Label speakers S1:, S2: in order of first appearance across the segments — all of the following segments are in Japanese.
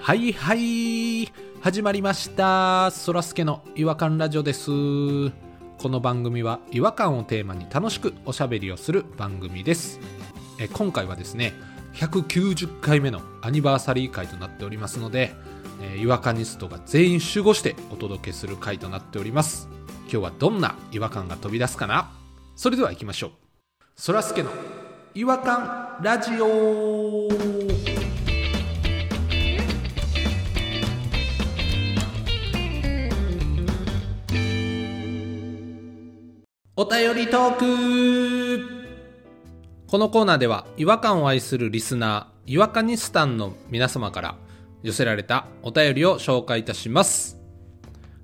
S1: はいはい始まりましたそらすけの違和感ラジオですこの番組は違和感をテーマに楽しくおしゃべりをする番組ですえ今回はですね190回目のアニバーサリー会となっておりますので、えー違和感ニストが全員集合してお届けする会となっております今日はどんな違和感が飛び出すかなそれでは行きましょうそらすけの違和感ラジオお便りトークこのコーナーでは違和感を愛するリスナー違和感ニスタンの皆様から寄せられたお便りを紹介いたします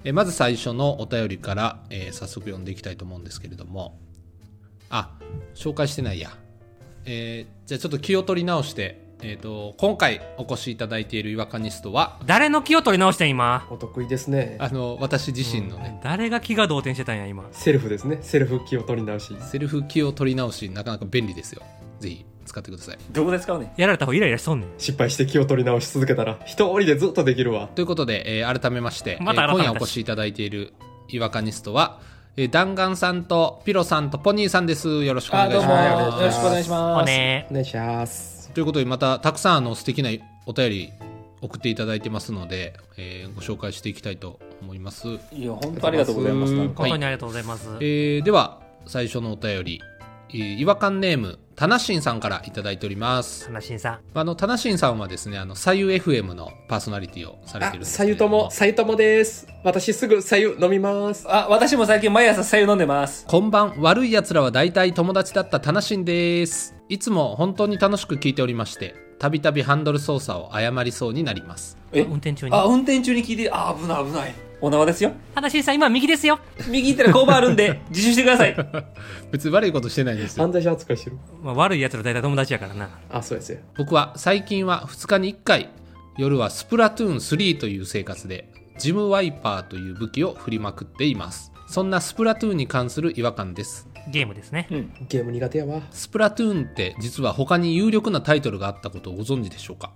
S1: えまず最初のお便りから、えー早速読んでいきたいと思うんですけれどもあ紹介してないや、えーじゃあちょっと気を取り直して、えー、と今回お越しいただいている違和感ニストは
S2: 誰の気を取り直してん今
S3: お得意ですね。
S1: あの私自身のね、
S2: 誰が気が動転してたんや今
S3: セルフですね。セルフ気を取り直し。
S1: セルフ気を取り直しなかなか便利ですよぜひ使ってください
S4: どこで使うねん
S2: やられた方イライラしとんねん
S3: 失敗して気を取り直し続けたら、一人でずっとできるわ。
S1: ということで、えー改めまして、
S2: また
S1: えー
S2: 改め
S1: 今
S2: た
S1: 夜お越しいただいている違和感ニストは、えー、弾丸さんとピロさんとポニーさんですよろしくお願いしま
S3: あどう
S1: す
S3: もよろしくお願いし
S2: お
S3: ま
S2: ね
S3: お願いします。
S1: ということでまたたくさんあの素敵なお便り送っていただいてますので、えーご紹介していきたいと思います、
S4: いや本当ありがとうございました
S2: 本当にありがとうございます、
S1: えーでは最初のお便り、えー違和感ネームタナシンさんからいただいております
S2: 田中慎さ
S1: あのタナシンさんはですねあの左右 FM のパーソナリティをされて
S3: あ
S1: るん、です
S3: さ
S1: けれ
S3: ゆ
S1: ど
S3: と
S1: も
S3: も、さゆともです。私すぐさゆ飲みます。
S4: あ私も最近毎朝さゆ飲んでます
S1: こんばん、悪い奴らは大体友達だったタナシンです。いつも本当に楽しく聞いておりまして、たびたびハンドル操作を誤りそうになります。
S2: ん
S4: え
S2: 運転中に
S4: あ運転中に聞いてあ危ない危ないお縄ですよ
S2: 田中慎さん今右ですよ
S4: 右行ったら交番ある んで自首してください
S1: 別に悪いことしてないんですよ。
S3: 犯罪者扱いしてる。
S2: まあ、悪いやつら大体友達やからな
S3: あ、そうですよ。
S1: 僕は最近は2日に1回、夜はスプラトゥーン3という生活で、ジムワイパーという武器を振りまくっています。そんなスプラトゥーンに関する違和感です。
S2: ゲームですね
S3: ゲーム苦手やわ。
S1: スプラトゥーンって実は他に有力なタイトルがあったことをご存知でしょうか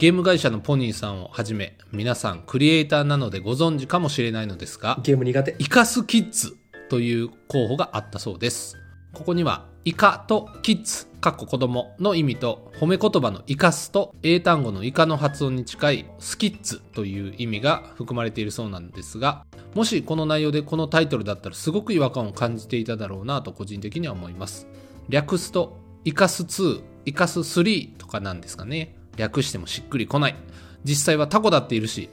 S1: ゲーム会社のポニーさんをはじめ皆さんクリエイターなのでご存知かもしれないのですが
S3: ゲーム苦手。
S1: イカスキッズという候補があったそうですここにはイカとキッズかっこ子供の意味と褒め言葉のイカスと英単語のイカの発音に近いスキッズという意味が含まれているそうなんですがもしこの内容でこのタイトルだったらすごく違和感を感じていただろうなと個人的には思います略すとイカス2イカス3とかなんですかね略してもしっくりこない実際はタコだっているし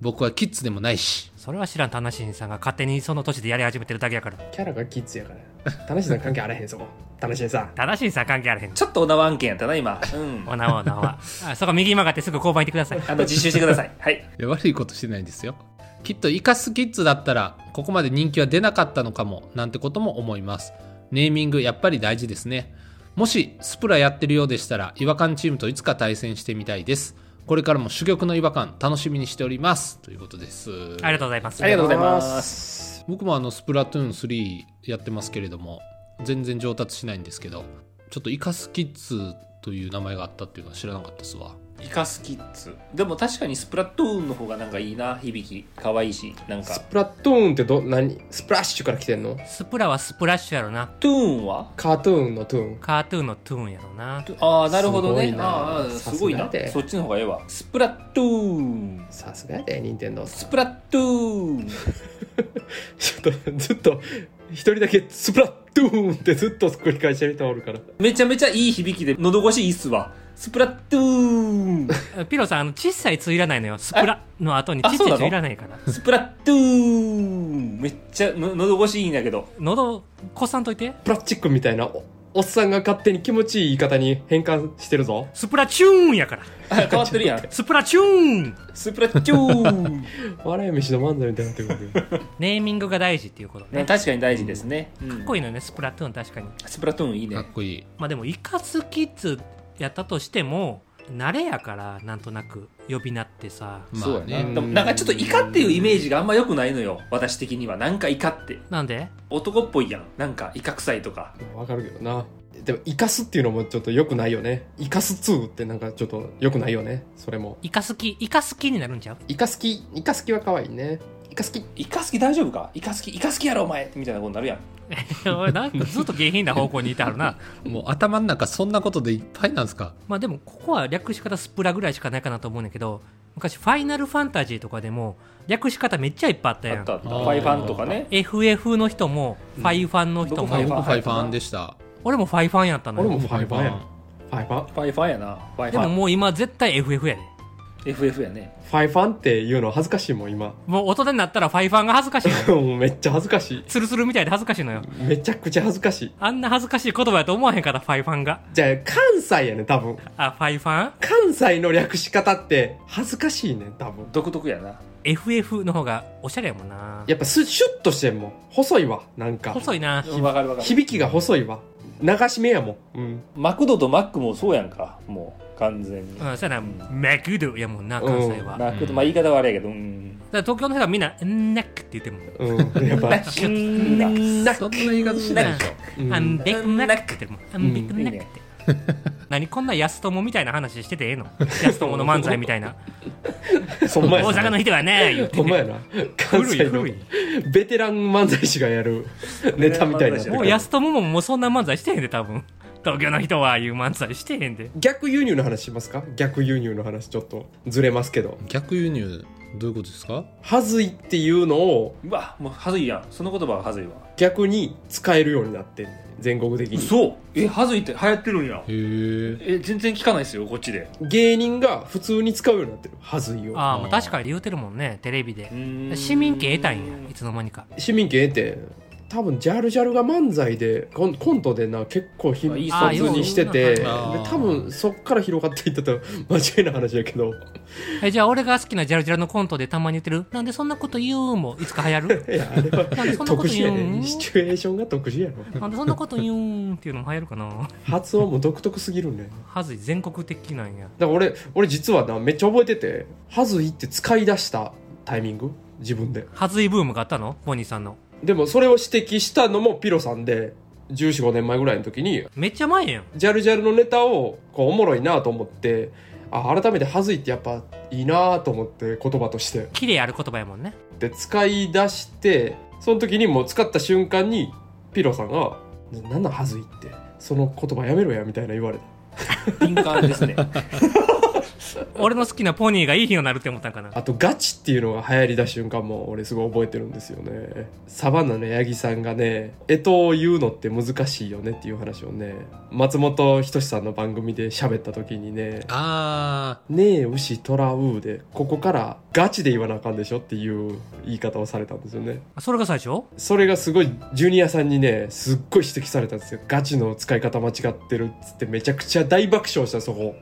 S1: 僕はキッズでもないし
S2: それは知らん田中慎さんが勝手にその年でやり始めてるだけやから
S3: キャラがキッズやから。楽しさん関係あらへん、そこ。楽しさん。
S2: 田中慎さん関係あらへん
S4: ちょっとお縄案件やったな今うん
S2: おなおな わあそこ右曲がってすぐ交番行ってください
S4: あの自首してくださいはい
S1: いや悪いことしてないんですよきっとイカスキッズだったらここまで人気は出なかったのかもなんてことも思いますネーミングやっぱり大事ですねもしスプラやってるようでしたら違和感チームといつか対戦してみたいですこれからも珠玉の違和感楽しみにしておりますということです
S2: ありがとうございます
S4: ありがとうございま
S3: ありがとうございます
S1: 僕もあのスプラトゥーン3やってますけれども全然上達しないんですけどちょっとイカスキッズという名前があったっていうのは知らなかったですわ
S4: イカスキッズでも確かにスプラトゥーンの方がなんかいいな響き可愛いしなん
S3: ス
S4: か
S3: プラトゥーンってど、何スプラッシュから来てんの
S2: スプラはスプラッシュやろな
S4: トゥーンは
S3: カートゥーンのトゥーン。
S2: カートゥーンのトゥーンやろな
S4: ああなるほど
S3: すご
S4: ね
S3: いな
S4: ああーすごい
S3: さ
S4: な
S3: すがやで
S4: そっちの方がええわスプラトゥーン
S3: さすがやで、ニンテンドー。
S4: スプラトゥーン
S3: ちょっと、ずっと、一人だけスプラトゥーンってずっと繰り返してる人おるから。
S4: めちゃめちゃいい響きで喉越しいいっすわスプラトゥーン
S2: ピロさんあの小さい「つ」いらないのよスプラの後に小さい「つ」いらないから
S4: スプラトゥーンめっちゃの喉越しいいんだけど
S2: 喉をこさんといて
S3: プラスチックみたいなおおっさんが勝手に気持ちいい言い方に変換してるぞ。
S2: スプラチューンやから
S4: あ変わってるやん
S2: スプラチューン
S4: スプラトゥーン、
S3: 笑い飯の漫才みたいになってくる。
S2: ネーミングが大事っていうことね
S4: ね、確かに大事ですね、うん
S2: かっこいいのよねスプラトゥーン確かに
S4: スプラトゥーンいい
S1: か
S4: ね
S1: っこいい
S2: まあでもイカスキッズやったとしても慣れやからなんとなく呼び名ってさ
S1: まあね
S3: うん
S4: でもなんかちょっとイカっていうイメージがあんま良くないのよ私的にはなんかイカって
S2: なんで
S4: 男っぽいやんなんかイカ臭いとか
S3: わかるけどなでも生かすっていうのもちょっと良くないよね生かす2ってなんかちょっと良くないよねそれも
S2: イカ好きイカ好きになるんちゃう
S3: イカ好きイカ好きは可愛いねイカ好き
S4: イカ好き大丈夫かイカ好きイカ好きやろお前みたいなことになるやん
S2: おいなんかずっと下品な方向にいてはる な
S1: もう頭の中そんなことでいっぱいなんですか
S2: まあでもここは略し方スプラぐらいしかないかなと思うんだけど昔「ファイナルファンタジー」とかでも略し方めっちゃいっぱいあった
S4: あ
S2: や
S4: っ
S2: ん
S4: たあった
S1: あー
S4: ファイファンとかね
S2: FF の人もファイファンの人も、
S4: 僕
S1: まあ
S4: ファイファン
S1: 僕ファイファンでした
S2: 俺もファイファンやったの
S3: 俺
S2: よ
S3: もファイバーやん
S1: フ
S3: ファイバー
S4: ファイファンやなファイフ
S2: で
S4: ァ
S2: も
S4: ン
S2: もう今絶対 FF やで
S4: FF やね
S3: ファイファンっていうの恥ずかしいもん今
S2: もう大人になったらファイファンが恥ずかしいのよ
S3: もうめっちゃ恥ずかしい
S2: ツルツルみたいで恥ずかしいのよ
S3: めちゃくちゃ恥ずかしい
S2: あんな恥ずかしい言葉やと思わへんからファイファンが
S3: じゃあ関西やね多分
S2: あファイファン
S3: 関西の略し方って恥ずかしいね多分
S4: 独特やな
S2: FF の方がおしゃれやもんな
S3: やっぱスシュッとしてんもん細いわなんか
S2: 細いな
S4: わかるわかる
S3: 響きが細いわ流し目やもん、うん、
S4: マクドとマックもそうやんかもう完全に
S2: うん、そうやな、マクドやもんな、関西は。だか
S4: マクドまあ言い方はあれやけどうん
S2: ら東京の人はみんな、んなくって言ってるもん。
S3: うん、やっぱ
S4: うんなん
S1: ァ
S4: か
S1: ンそんな言い方しないでしょ
S3: うん
S2: あんべくなくって言ってるもん。あんべくなくって。何こんな安友みたいな話しててええの安友の漫才みたいな。
S3: そんま
S2: 大
S3: やな
S2: 阪の人はね、言って
S3: ほんま
S2: ね。
S3: やな関
S2: 古い
S3: 西の
S2: 古い。
S3: ベテラン漫才師がやるネタみたいになってる
S2: もう安友ももうそんな漫才してへんで、多分。東京の人はいう漫才してへんで。
S3: 逆輸入の話しますか逆輸入の話ちょっとずれますけど
S1: 逆輸入どういうことですか
S3: はずいっていうのを
S4: うわもうはずいやんその言葉ははずいわ
S3: 逆に使えるようになってんね全国的に
S4: そうえはずいって流行ってるんや
S1: へえ
S4: え全然聞かないですよこっちで
S3: 芸人が普通に使うようになってるはずいを
S2: ああ、まあ確かに言うてるもんね、テレビで。市
S4: 市
S2: 民権得たんや、いつの間にか。
S3: 市民権得て多分ジャルジャルが漫才でコンコントでな結構頻
S4: あいいっすね
S3: 発にしててで
S1: あー
S3: 多分そっから広がっていったと間違いない話やけど
S2: え、じゃあ俺が好きなジャルジャルのコントでたまに言ってる、なんでそんなこと言うも、いつか流行 る
S3: いやあれは
S2: なんでそんなこと
S3: 特殊
S2: 言
S3: や
S2: う
S3: ね
S2: ん
S3: シチュエーションが特殊やろ
S2: なんでそんなこと言うんっていうのも流行るかな
S3: 発音も独特すぎるんだよね
S2: はずい全国的なんや
S3: だから俺俺実はなめっちゃ覚えてて「はずい」って使い出したタイミング自分で
S2: はずいブームがあったのボニーさんの
S3: でもそれを指摘したのもピロさんで1415年前ぐらいの時に
S2: めっちゃ前やん
S3: ジャルジャルのネタをこうおもろいなと思ってあ改めて「はずい」ってやっぱいいなと思って言葉として
S2: 綺麗ある言葉やもんね
S3: で使い出してその時にもう使った瞬間にピロさんが「ななんなんはずい」ってその言葉やめろやみたいな言われて
S4: 敏感ですね
S2: 俺の好きなポニーがいい日になるって思ったんかな
S3: あとガチっていうのが流行りだ瞬間も俺すごい覚えてるんですよねサバンナの八木さんがね干支を言うのって難しいよねっていう話をね松本人志さんの番組で喋った時にね
S1: あ
S3: 「ねえ牛トラウー」でここからガチで言わなあかんでしょっていう言い方をされたんですよね
S2: それが最初
S3: それがすごいジュニアさんにねすっごい指摘されたんですよガチの使い方間違ってるっつってめちゃくちゃ大爆笑したそこ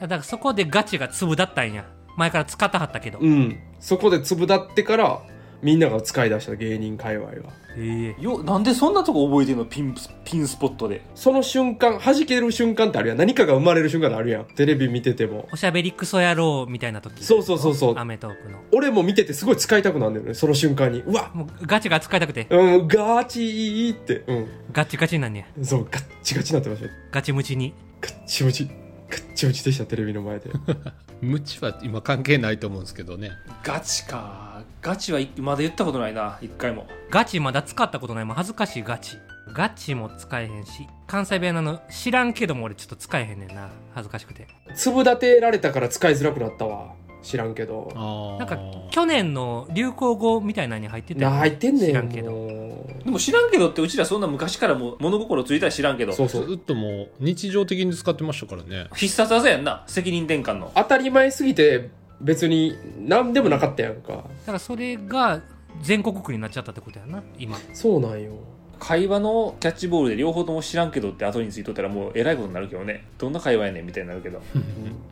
S2: だからそこでガチが粒だったんや前から使ったはったけど、
S3: うんそこで粒だってからみんなが使い出した芸人界隈が
S2: ええ
S4: よなんでそんなとこ覚えてんのピンピンスポットで
S3: その瞬間、弾ける瞬間ってあるやん。何かが生まれる瞬間ってあるやん。テレビ見てても。
S2: おしゃべりクソ野郎みたいな時
S3: そうそうそうそう
S2: ア。メトークの
S3: 俺も見ててすごい使いたくなるんだよね。その瞬間に。うわ
S2: もうガチが使いたくて
S3: うん、ガチーって。う
S2: ガチガチになんねや
S3: ん。そう、ガッチガチになってましたよ。
S2: ガチムチに
S3: ガッチムチ。ガッチムチでした、テレビの前で。
S1: あ無知は今関係ないと思うんですけどね
S4: ガチかガチはいまだ言ったことないな一回も
S2: ガチまだ使ったことないもん恥ずかしいガチガチも使えへんし関西弁なの知らんけども俺ちょっと使えへんねんな恥ずかしくて
S3: 粒立てられたから使いづらくなったわ。知らんけど。
S1: ああ
S2: なんか去年の流行語みたいなのに入ってたよ
S3: な、入ってんねん。
S2: 知らんけど
S3: も
S4: でも知らんけどってうちらそんな昔からもう物心ついたら知らんけ
S3: う
S4: ど
S3: そうそ
S1: ず
S3: う。
S1: っともう日常的に使ってましたからね
S4: 必殺技やんな責任転換の
S3: 当たり前すぎて、別に何でもなかったやんか。
S2: だからそれが全国区になっちゃったってことやな今
S3: そうなんよ。
S4: 会話のキャッチボールで両方とも知らんけどって後についとったらもうえらいことになるけどねどんな会話やねんみたいになるけど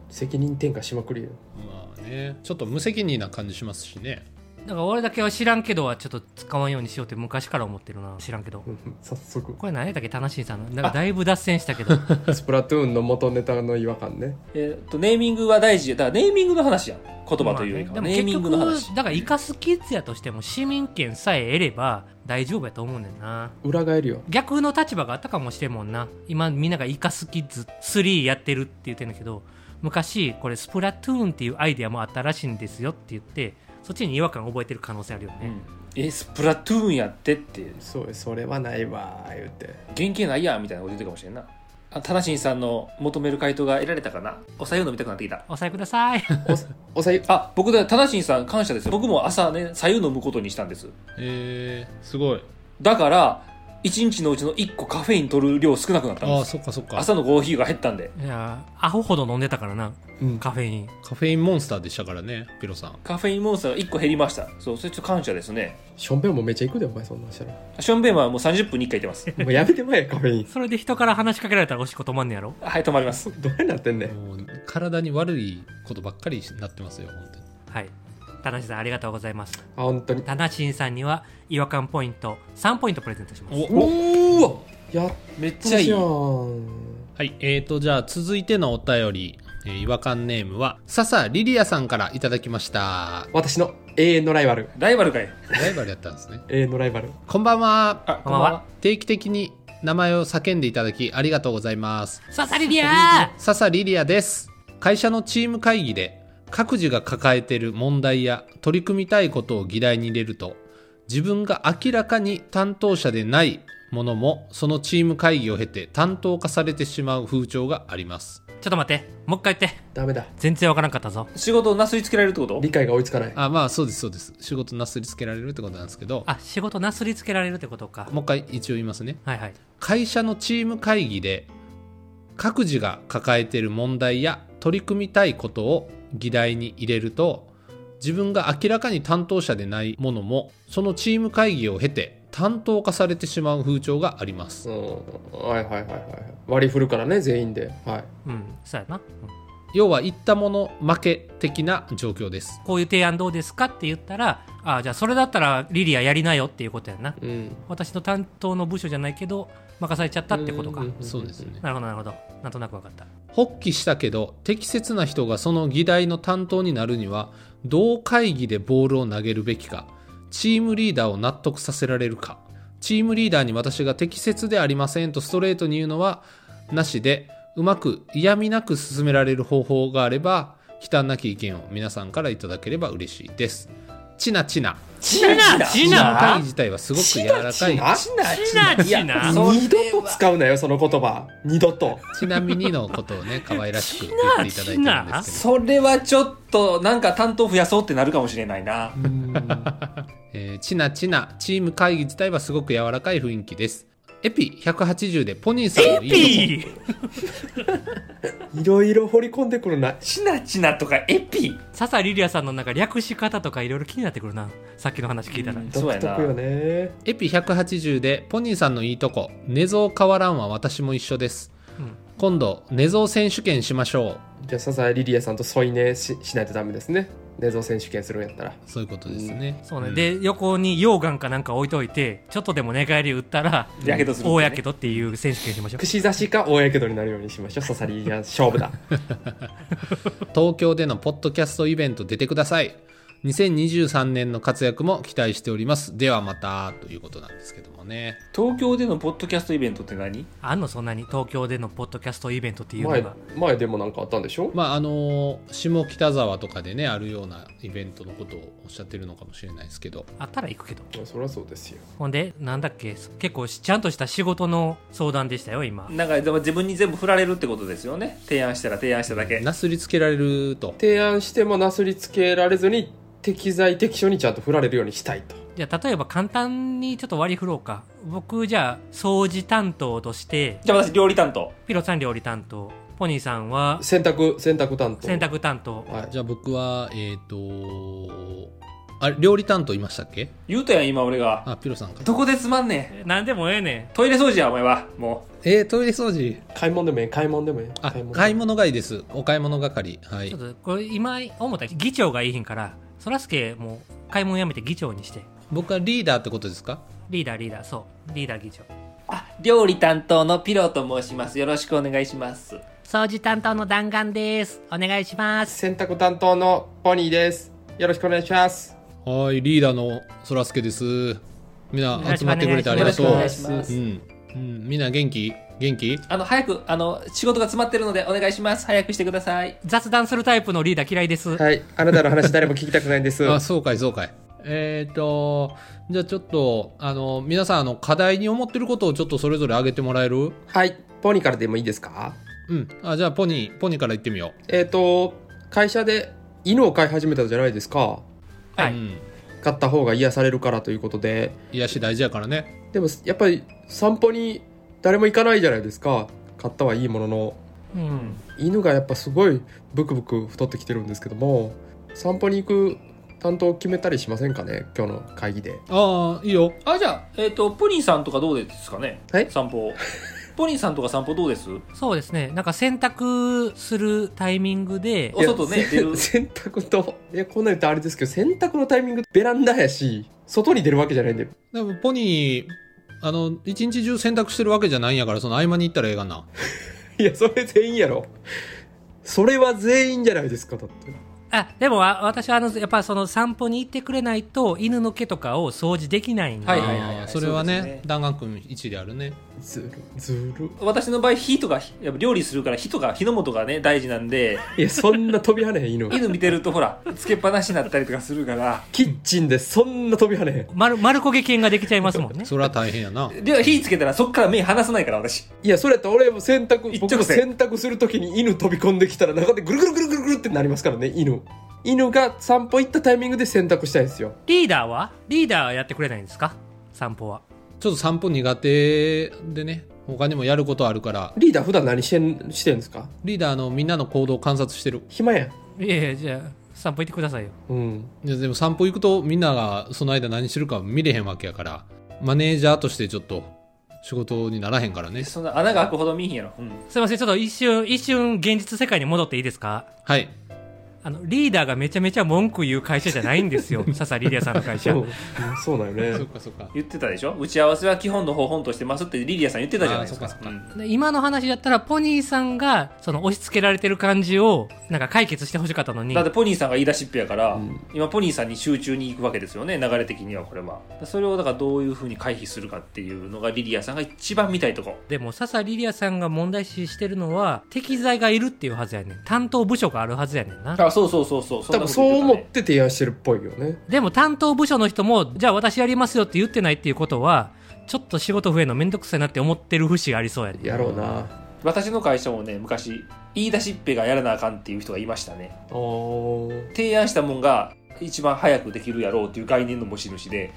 S3: 責任転嫁しまくりよ。
S1: まあねちょっと無責任な感じしますしね
S2: だから俺だけは知らんけどはちょっと使わんようにしようって昔から思ってるな知らんけど
S3: うん 早速
S2: これ何やったっけ楽しいさんのなんかだいぶ脱線したけど
S3: スプラトゥーンの元ネタの違和感ね
S4: えっとネーミングは大事だからネーミングの話やん言葉というよりかは、
S2: まあね
S4: ネーミングの
S2: でも結
S4: 話
S2: 局だからイカスキッズやとしても市民権さえ得れば大丈夫やと思うねんな
S3: 裏返るよ
S2: 逆の立場があったかもしれんもんな今みんながイカスキッズ3やってるって言ってんだけど昔これスプラトゥーンっていうアイデアもあったらしいんですよって言ってそっちに違和感を覚えてる可能性あるよ
S4: う
S2: ね、
S4: んえスプラトゥーンやってって
S3: そうそれはないわ言うて
S4: 原型ないやんみたいなこと言ってるかもしれんなあタナシンさんの求める回答が得られたかなおさゆ飲みたくなってきた
S2: おさえくだ さい
S3: おさゆ
S4: あ僕だタナシンさん感謝ですよ僕も朝ねさゆ飲むことにしたんです
S1: えー、すごい
S4: だから1日のうちの1個カフェイン取る量少なくなったん
S1: あ
S4: で
S1: あ
S4: す
S1: そっかそっか
S4: 朝のコーヒーが減ったんで
S2: いやアホほど飲んでたからな
S3: うん
S2: カフェイン
S1: カフェインモンスターでしたからねピロさん
S4: カフェインモンスターが1個減りましたそうそれちょっと感謝ですね
S3: しょんべんもめっちゃ行くでお前そんなんしたら
S4: ションベンはもう30分に1回行ってます
S3: もうやめてまえカフェイン
S2: それで人から話しかけられたらおしっこ止まんねやろ
S4: はい止まります
S3: どうやなってんねん
S1: もう体に悪いことばっかりになってますよ本当に
S2: はい田無さんありがとうございます
S3: あ本当に
S2: 田無さんには違和感ポイント3ポイントプレゼントします
S3: おおやっ
S4: めっ
S3: と
S4: ちゃい
S3: じ
S4: い
S3: ゃん
S4: あ
S1: はい、えーと、じゃあ続いてのお便り、えー違和感ネームは、笹リリアさんからいただきました。
S3: 私の永遠のライバル
S4: ライバルかい
S1: ライバルやったんですね。
S3: 永遠のライバル
S1: こんばんは。
S4: あ
S2: こんばんは
S1: 定期的に名前を叫んでいただきありがとうございます。
S2: ささりりゃ
S1: 笹リリアです。会社のチーム会議で、各自が抱えている問題や取り組みたいことを議題に入れると、自分が明らかに担当者でないものも、そのチーム会議を経て担当化されてしまう風潮があります。
S2: ーちょっと待ってもう一回言って
S3: ダメだ
S2: 全然わからんかったぞ
S4: 仕事をなすりつけられるってこと
S3: 理解が追いつかない
S1: あまあそうですそうです仕事なすりつけられるってことなんですけど
S2: あ仕事なすりつけられるってことか
S1: もう一回一応言いますね
S2: はいはい
S1: 会社のチーム会議で各自が抱えている問題や取り組みたいことを議題に入れると自分が明らかに担当者でないものもそのチーム会議を経て担当化されてしまう風潮があります
S3: うんはいはいはいはい割り振るからね全員ではい
S2: うんそうやな、うん
S1: 要は言ったもの負け的な状況です
S2: こういう提案どうですかって言ったらあじゃあそれだったらリリアやりなよっていうことやな
S3: うん
S2: 私の担当の部署じゃないけど任されちゃったってことか
S3: うんうん
S1: そうですね
S2: なるほどなるほどなんとなくわかった
S1: 発起したけど適切な人がその議題の担当になるにはどう会議でボールを投げるべきかチームリーダーを納得させられるかチームリーダーに私が適切でありませんとストレートに言うのはなしでうまく嫌味なく進められる方法があれば忌憚なき意見を皆さんからいただければ嬉しいですチナチナ
S2: チ
S4: チ
S1: チ
S2: ナ
S1: ーム会議自体はすごく柔らかい
S3: あ
S2: チナチナ
S4: それは
S3: 二度と使うなよその言葉二度と
S1: ちなみにのことをね可愛らしく言っていただいてるんですけど
S4: それはちょっとなんか担当増やそうってなるかもしれないな
S1: えー、チナチナチーム会議自体はすごく柔らかい雰囲気ですエピ180でポニーさんのいいとこ
S2: ピー
S3: いろいろ掘り込んでくるな
S4: チナチナとかエピ
S2: 笹リリアさんのなんか略し方とかいろいろ気になってくるなさっきの話聞いたら、
S4: うんそう
S3: 独
S4: やな
S3: 特よね
S1: エピ180でポニーさんのいいとこ寝相変わらんは私も一緒です、
S2: うん
S1: 今度寝相選手権しましょう
S3: じゃあ笹リリアさんと添い寝ししないとダメですね寝相選手権するんやったら
S1: そういうことですね、
S2: そうね、
S1: ん
S2: で横に溶岩かなんか置いといてちょっとでも寝返り打ったら
S4: やけどする
S2: 大やけどっていう選手権しましょう
S3: 串刺しか大やけどになるようにしましょう笹リリア勝負だ
S1: 東京でのポッドキャストイベント出てください2023年の活躍も期待しておりますではまたということなんですけどもね
S4: 東京でのポッドキャストイベントって何
S2: あんのそんなに東京でのポッドキャストイベントっていうの
S3: 前
S2: が
S3: 前でもなんかあったんでしょ
S1: まああのー下北沢とかでねあるようなイベントのことをおっしゃってるのかもしれないですけど
S2: あったら行くけど
S3: そりゃそうですよ
S2: ほんでなんだっけ結構しちゃんとした仕事の相談でしたよ今
S4: なんかでも自分に全部振られるってことですよね提案したら提案しただけ
S1: なすりつけられると
S3: 提案してもなすりつけられずに適材適所にちゃんと振られるようにしたいと
S2: じゃあ例えば簡単にちょっと割り振ろうか僕じゃあ掃除担当として
S4: じゃあ私料理担当
S2: ピロさん料理担当ポニーさんは
S3: 洗濯洗濯担当
S2: 洗濯担当
S3: はい
S1: じゃあ僕はえっ、とあれ料理担当いましたっけ
S4: 言うたやん今俺が
S1: あピロさんか
S4: どこでつまんねん
S2: え何でもええね
S4: トイレ掃除やお前はも
S1: えー、トイレ掃除
S3: 買い物でもええ買い物でもええ
S1: あ買い
S3: でも
S1: 物がいいですお買い物係は
S2: んち
S1: い
S2: ょっとこれ今思ったら議長がいいひんからそらすけもう買い物やめて議長にして
S1: 僕はリーダーってことですか
S2: リーダーリーダーそうリーダー議長
S5: あ、料理担当のピローと申します。よろしくお願いします。
S2: 掃除担当の弾丸ですお願いします
S3: 洗濯担当のポニーですよろしくお願いします
S1: はーいリーダーのそらすけですみんな集まってくれてあり
S5: よろ
S1: が
S5: し
S1: と
S5: く
S1: う
S5: お願いしま
S1: う
S5: す。
S1: ん、うん、みんな元気元気
S5: あの、早く、あの、仕事が詰まってるのでお願いします。早くしてください。
S2: 雑談するタイプのリーダー嫌いです、
S3: はいあなた の話誰も聞きたくないんです
S1: あそうかいそうかいえっ、とじゃあちょっとあの皆さんあの課題に思ってることをちょっとそれぞれ挙げてもらえる
S3: はいポニーからでもいいですか
S1: うんあじゃあポニーポニーから言ってみよ
S3: えっ、と会社で犬を飼い始めたじゃないですか
S1: う、
S2: はい
S1: うん、
S3: 飼った方が癒されるからということで
S1: 癒し大事やからね
S3: でもやっぱり散歩に誰も行かないじゃないですか買ったはいいものの
S2: うん、
S3: 犬がやっぱすごいブクブク太ってきてるんですけども散歩に行く担当を決めたりしませんかね今日の会議で
S1: ああいいよ
S4: あ、じゃあ、えっ、と、ポニーさんとかどうですかね
S3: はい
S4: 散歩。ポニーさんとか散歩どうです
S2: そうですねなんか洗濯するタイミングで
S4: お外ね、出る。
S3: 洗濯といやこんな言ったらあれですけど洗濯のタイミングベランダやし外に出るわけじゃないんで
S1: でもポニーあの一日中洗濯してるわけじゃないんやからその合間に行ったらええがない
S3: やそれ全員やろそれは全員じゃないですかだって
S2: あでもあ私はあのやっぱその散歩に行ってくれないと犬の毛とかを掃除できないんで、
S4: はいはいはいはい
S1: あーそれはね
S4: そうですね
S1: 弾丸君一であるね
S3: ずるずる
S4: 私の場合、火とか、やっぱ料理するから火とか火の元がね、大事なんで、
S3: いやそんな飛び跳ねへん犬
S4: 犬見てるとほら、つけっぱなしになったりとかするから、
S3: キッチンでそんな飛び跳ねへん
S2: 丸丸焦げ犬ができちゃいますもんね
S1: それは大変やな
S4: で、火つけたらそっから目離さないから、私。
S3: いやそれやったら俺も洗濯
S4: 一
S3: 僕
S4: 直
S3: 洗
S4: 線
S3: 濯するときに犬飛び込んできたら中でぐるぐるぐるぐるぐるってなりますからね犬犬が散歩行ったタイミングで洗濯したいんですよ
S2: リーダーはリーダーはやってくれないんですか散歩は
S1: ちょっと散歩苦手でね他にもやることあるから
S3: リーダー普段何してんしてんですか
S1: リーダーのみんなの行動を観察してる
S3: 暇やん
S2: いやいやじゃあ散歩行ってくださいよ
S3: うん
S1: いやでも散歩行くとみんながその間何してるか見れへんわけやからマネージャーとしてちょっと仕事にならへんからね
S4: そんな穴が開くほど見えへんやろ。うん。
S2: すいませんちょっと一瞬一瞬現実世界に戻っていいですか
S1: はい
S2: あのリーダーがめちゃめちゃ文句言う会社じゃないんです よ笹リーダーさんの会社
S3: そうそうなんよ
S1: そっ
S3: ね
S1: かそっか
S4: 言ってたでしょ打ち合わせは基本の方本としてますってリリアさん言ってたじゃないですか。
S1: あーそっかそっ
S4: うん
S2: で今の話だったらポニーさんがその押し付けられてる感じをなんか解決してほしかったのに
S4: だってポニーさんが言い出しっぺやから、
S3: うん
S4: 今ポニーさんに集中に行くわけですよね流れ的にはこれはそれをだからどういうふうに回避するかっていうのがリリアさんが一番見たいとこ
S2: でも笹リリアさんが問題視してるのは適材がいるっていうはずやねん担当部署があるはずやねんな
S4: あそうそうそうそう
S3: 多分そう思
S4: っ
S3: って提案してるっぽいよね
S2: でも担当部署の人もじゃあ私やりますよって言ってないっていうことはちょっと仕事増えるのめんどくさいなって思ってる節がありそうやねん
S3: やろうな
S4: 私の会社もね昔言い出しっぺがやらなあかんっていう人がいましたね
S3: お
S4: 提案したもんが一番早くできるやろうっていう概念の持ち主で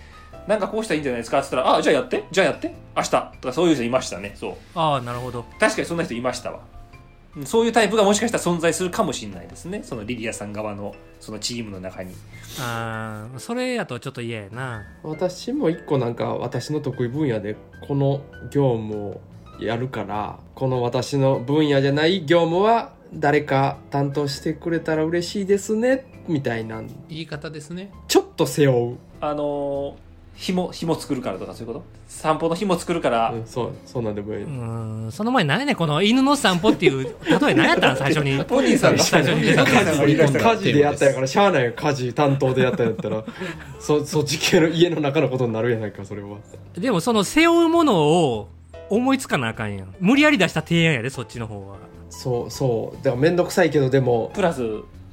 S4: なんかこうしたらいいんじゃないですかって言ったら「あじゃあやってじゃあやって明日」とかそういう人いましたねそう
S2: ああなるほど
S4: 確かにそんな人いましたわうんそういうタイプがもしかしたら存在するかもしれないですねそのリリアさん側のそのチームの中に
S2: あーそれやとちょっと嫌やな
S3: 私も一個なんか私の得意分野でこの業務をやるからこの私の分野じゃない業務は誰か担当してくれたら嬉しいですねみたいなん
S1: 言い方ですね
S3: ちょっと背負う、
S4: あのー、紐紐作るからとかそういうこと散歩の紐作るから、
S3: うん、そうそうなんでもいいう
S2: ーんその前何やねんこの犬の散歩っていう例え何やったん最初に
S4: ポニーさん が
S2: 最初に出た
S4: ポニーさんが言い出したから
S3: 家事でやったやからしゃあないよ家事担当でやったやったら そそっち系の家の中のことになるやないかそれは
S2: でもその背負うものを思いつかなあかんやん無理やり出した提案やでそっちの方は
S3: そうそうだから面倒くさいけどでも
S4: プラス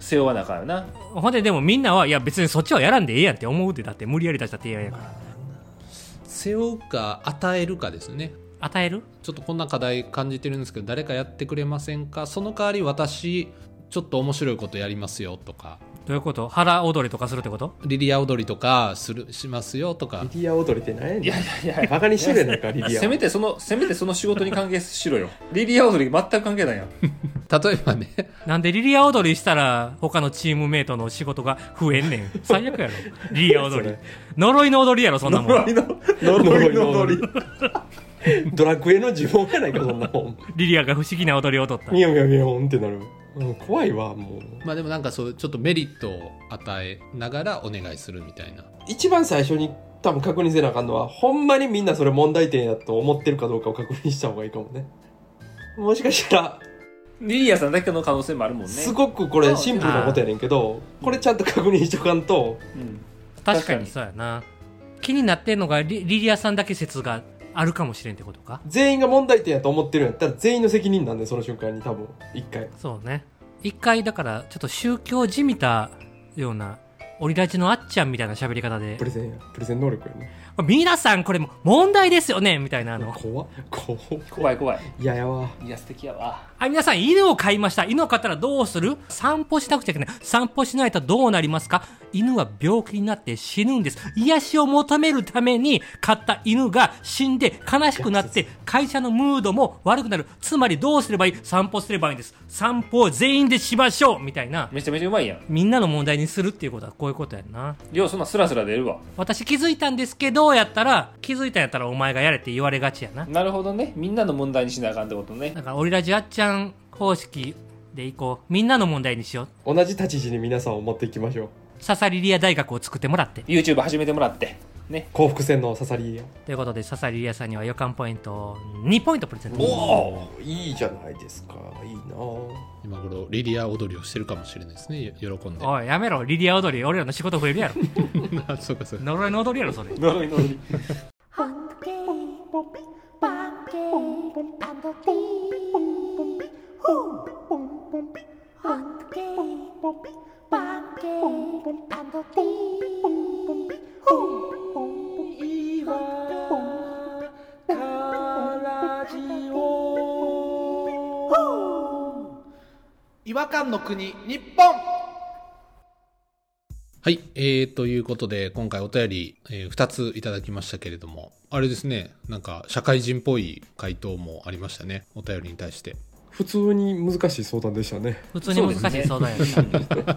S4: 背負わなあかんよな
S2: ほんででもみんなはいや別にそっちはやらんでええやんって思うでだって無理やり出した提案やから
S1: 背負うか与えるかですね
S2: 与える
S1: ちょっとこんな課題感じてるんですけど誰かやってくれませんかその代わり私ちょっと面白いことやりますよとか
S2: どういうこと腹踊りとかするってこと
S1: リリア踊りとかするしますよとか
S3: リディア踊りって何やねん
S4: いやいやいや
S3: バカにしてるやないかリディア
S4: せめてそのせめてその仕事に関係しろよリリア踊り全く関係ないやん
S1: 例えばね
S2: なんでリリア踊りしたら他のチームメイトの仕事が増えんねん最 悪やろリリア踊り呪いの踊りやろそんなもん
S4: 呪いの
S3: 呪いの 踊りドラクエの呪文やないかそんなもん
S2: リリアが不思議な踊りを踊った
S3: ミヨミヨミヨンってなるうん、怖いわもう
S1: まあでもなんかそうちょっとメリットを与えながらお願いするみたいな
S3: 一番最初に多分確認せなあかんのはほんまにみんなそれ問題点やと思ってるかどうかを確認した方がいいかもねもしかしたら
S4: リリアさんだけの可能性もあるもんね。
S3: すごくこれシンプルなことやねんけどこれちゃんと確認しとかんと
S4: うん
S2: 確かにそうやな気になってんのがリリリアさんだけ説があるかもしれんってことか
S3: 全員が問題点やと思ってるんやったら全員の責任なんでその瞬間に多分一回
S2: そうね一回だからちょっと宗教じみたようなオリラジのあっちゃんみたいな喋り方で
S3: プレゼンやプレゼン能力やね
S2: 「皆さんこれも問題ですよね」みたいなあの
S3: 怖っ怖っ
S4: 怖い怖い。
S3: いややわ
S4: いや、素敵やわ。
S2: あ皆さん犬を飼いました犬を飼ったらどうする散歩しなくちゃいけない散歩しないとどうなりますか犬は病気になって死ぬんです癒しを求めるために飼った犬が死んで悲しくなって会社のムードも悪くなるつまりどうすればいい散歩すればいいんです散歩を全員でしましょうみたいな
S4: めちゃめちゃうまいやん。
S2: みんなの問題にするっていうことはこういうことやんな
S4: りょう、そんなスラスラ出るわ。
S2: 私気づいたんですけどやったら気づいたんやったらお前がやれって言われがちやな
S4: なるほどね。みんなの問題にしなあかんってことね。
S2: だからオリラジあっちゃん方式でいこうみんなの問題にしよう
S3: 同じ立ち位置に皆さんを持っていきましょう
S2: ササリリア大学を作ってもらって
S4: YouTube 始めてもらって。ね。
S3: 幸福線の刺さりや
S2: ということでササリリアさんには予感ポイントを2ポイントプレゼント
S3: おーいいじゃないですかいいなあ
S1: 今頃リリア踊りをしてるかもしれないですね喜んで
S2: おいやめろリリア踊り俺らの仕事増える やろ
S1: あそうかそうか
S2: 呪いの踊りやろそれ
S4: 呪いのり。
S1: 違和感の国日本はい、えー、ということで今回お便り、え2ついただきましたけれどもあれですねなんか社会人っぽい回答もありましたねお便りに対して
S3: 普通に難しい相談でしたね、
S2: 普通に難しい相談やった、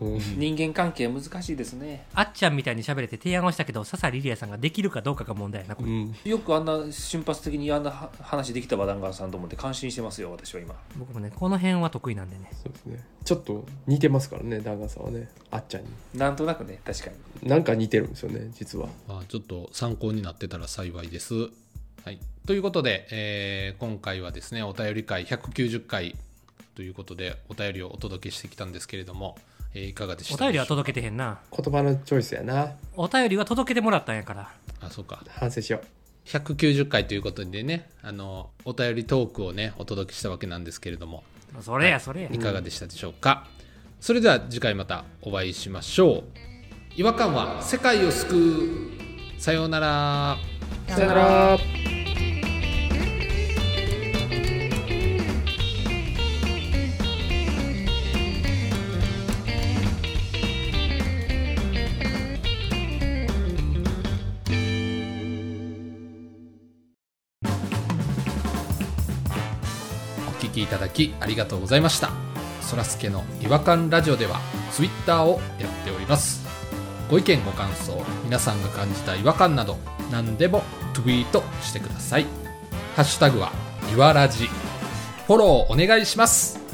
S2: うん
S3: うん、
S4: 人間関係難しいですね。
S2: あっちゃんみたいに喋れて提案をしたけどササリリアさんができるかどうかが問題やなこれ
S3: うん
S4: よくあんな瞬発的にあんなは話できたバダンガンさんと思って感心してますよ、私は今。
S2: 僕もねこの辺は得意なんでね
S3: そうですねちょっと似てますからね旦那さんはねあっちゃんに
S4: なんとなくね、確かに。
S3: なんか似てるんですよね実は
S1: まあ、ちょっと参考になってたら幸いです。はい、ということで、えー今回はですねお便り会190回ということでお便りをお届けしてきたんですけれども、えーいかがでし
S2: お
S1: た
S2: 便り
S1: で
S2: は
S1: しょうか
S2: 届けてへんな
S3: 言葉のチョイスやな
S2: お便りは届けてもらったんやから
S1: あそうか
S3: 反省しよ
S1: 190回ということでねあのお便りトークをねお届けしたわけなんですけれども
S2: それやそれや、
S1: いかがでしたでしょうか、それでは次回またお会いしましょう違和感は世界を救うさようなら
S3: うさよなら
S1: お聞きいただきありがとうございましたそらすけの違和感ラジオではツイッターをやっておりますご意見ご感想皆さんが感じた違和感など何でもツイートしてくださいハッシュタグはいわらじフォローお願いします